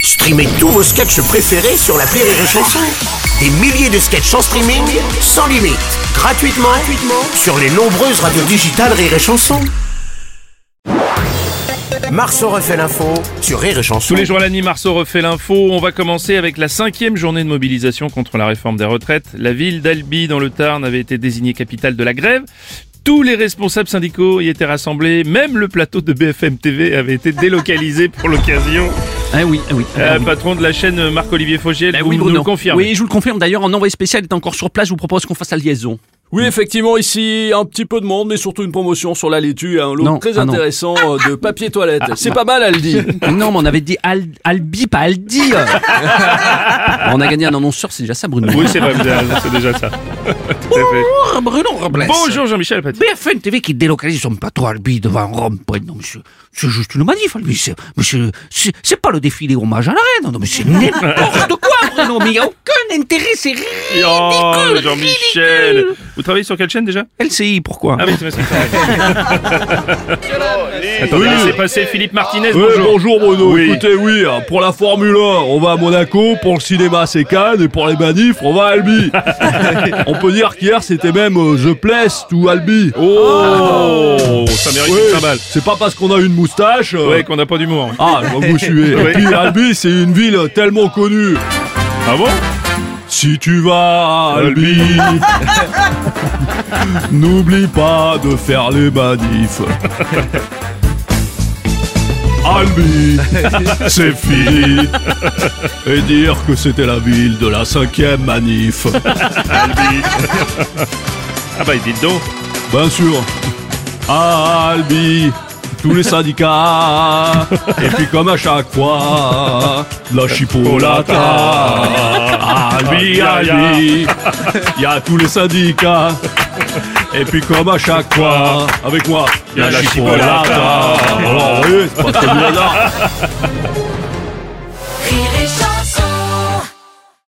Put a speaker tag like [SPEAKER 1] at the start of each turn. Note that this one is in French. [SPEAKER 1] Streamez tous vos sketchs préférés sur la Rire et Chanson. Des milliers de sketchs en streaming, sans limite, gratuitement, gratuitement sur les nombreuses radios digitales Rire et Chanson. Marceau refait l'info sur Rire et Chanson.
[SPEAKER 2] Tous les jours à la nuit, Marceau refait l'info. On va commencer avec la cinquième journée de mobilisation contre la réforme des retraites. La ville d'Albi, dans le Tarn, avait été désignée capitale de la grève. Tous les responsables syndicaux y étaient rassemblés. Même le plateau de BFM TV avait été délocalisé pour l'occasion.
[SPEAKER 3] Ah oui, ah oui. ah
[SPEAKER 2] Euh,
[SPEAKER 3] oui.
[SPEAKER 2] patron de la chaîne Marc-Olivier Fogiel,
[SPEAKER 3] Bah
[SPEAKER 2] vous
[SPEAKER 3] oui,
[SPEAKER 2] nous
[SPEAKER 3] Bruno.
[SPEAKER 2] le confirmez.
[SPEAKER 3] Oui, je vous le confirme. D'ailleurs, en envoyé spécial est encore sur place. Je vous propose qu'on fasse la liaison.
[SPEAKER 4] Oui, effectivement, ici, un petit peu de monde, mais surtout une promotion sur la laitue, un lot
[SPEAKER 3] Non,
[SPEAKER 4] très
[SPEAKER 3] ah non.
[SPEAKER 4] intéressant euh, de papier toilette. C'est pas mal, Aldi.
[SPEAKER 3] non, mais on avait dit Al- Albi, pas Aldi. on a gagné un annonceur, c'est déjà ça, Bruno.
[SPEAKER 2] Oui, c'est vrai, vous avez raison, c'est déjà ça. Tout à fait.
[SPEAKER 3] Bonjour, Oh, Bruno Robles.
[SPEAKER 2] Bonjour Jean-Michel Paty.
[SPEAKER 3] BFM TV qui délocalise son plateau Albi devant Rome. Ouais, Non, mais c'est- c'est juste une manif, Albi. C'est- mais c'est- C'est c'est pas le défilé hommage à la reine. Non, mais c'est n'importe quoi, Bruno. Mais il n'y a aucun intérêt. C'est ridicule.
[SPEAKER 2] Oh, Jean-Michel Vous travaillez sur quelle chaîne déjà
[SPEAKER 3] LCI, pourquoi
[SPEAKER 2] Ah oui, c'est parce que Attendez, laissez passer Philippe Martinez, bonjour.
[SPEAKER 4] Bruno.
[SPEAKER 2] Oui.
[SPEAKER 4] Écoutez, oui, hein, pour la Formule 1, on va à Monaco, pour le cinéma, c'est Cannes, et pour les manifs, on va à Albi. on peut dire qu'hier, c'était même euh, The Place ou Albi.
[SPEAKER 2] Oh, ça mérite
[SPEAKER 4] Oui,
[SPEAKER 2] une cymbale.
[SPEAKER 4] c'est pas parce qu'on a une moustache. euh,
[SPEAKER 2] Ouais, qu'on n'a pas d'humour.
[SPEAKER 4] Ah, je vois que vous suivez.
[SPEAKER 2] Oui.
[SPEAKER 4] Et puis, Albi, c'est une ville tellement connue.
[SPEAKER 2] Ah bon
[SPEAKER 4] Si tu vas à Albi, n'oublie pas de faire les manifs. Albi, c'est fini. Et dire que c'était la ville de la cinquième manif.
[SPEAKER 2] Ah bah, dites donc.
[SPEAKER 4] Bien sûr. Albi, tous les syndicats. Et puis comme à chaque
[SPEAKER 2] Oh,
[SPEAKER 4] fois, la chipolata. Albi, Albi, il y a tous les syndicats. Et puis comme à chaque fois, avec moi, Oh,
[SPEAKER 2] Il y a la
[SPEAKER 4] chipolata. Alors, vous voyez, c'est pas très bien là.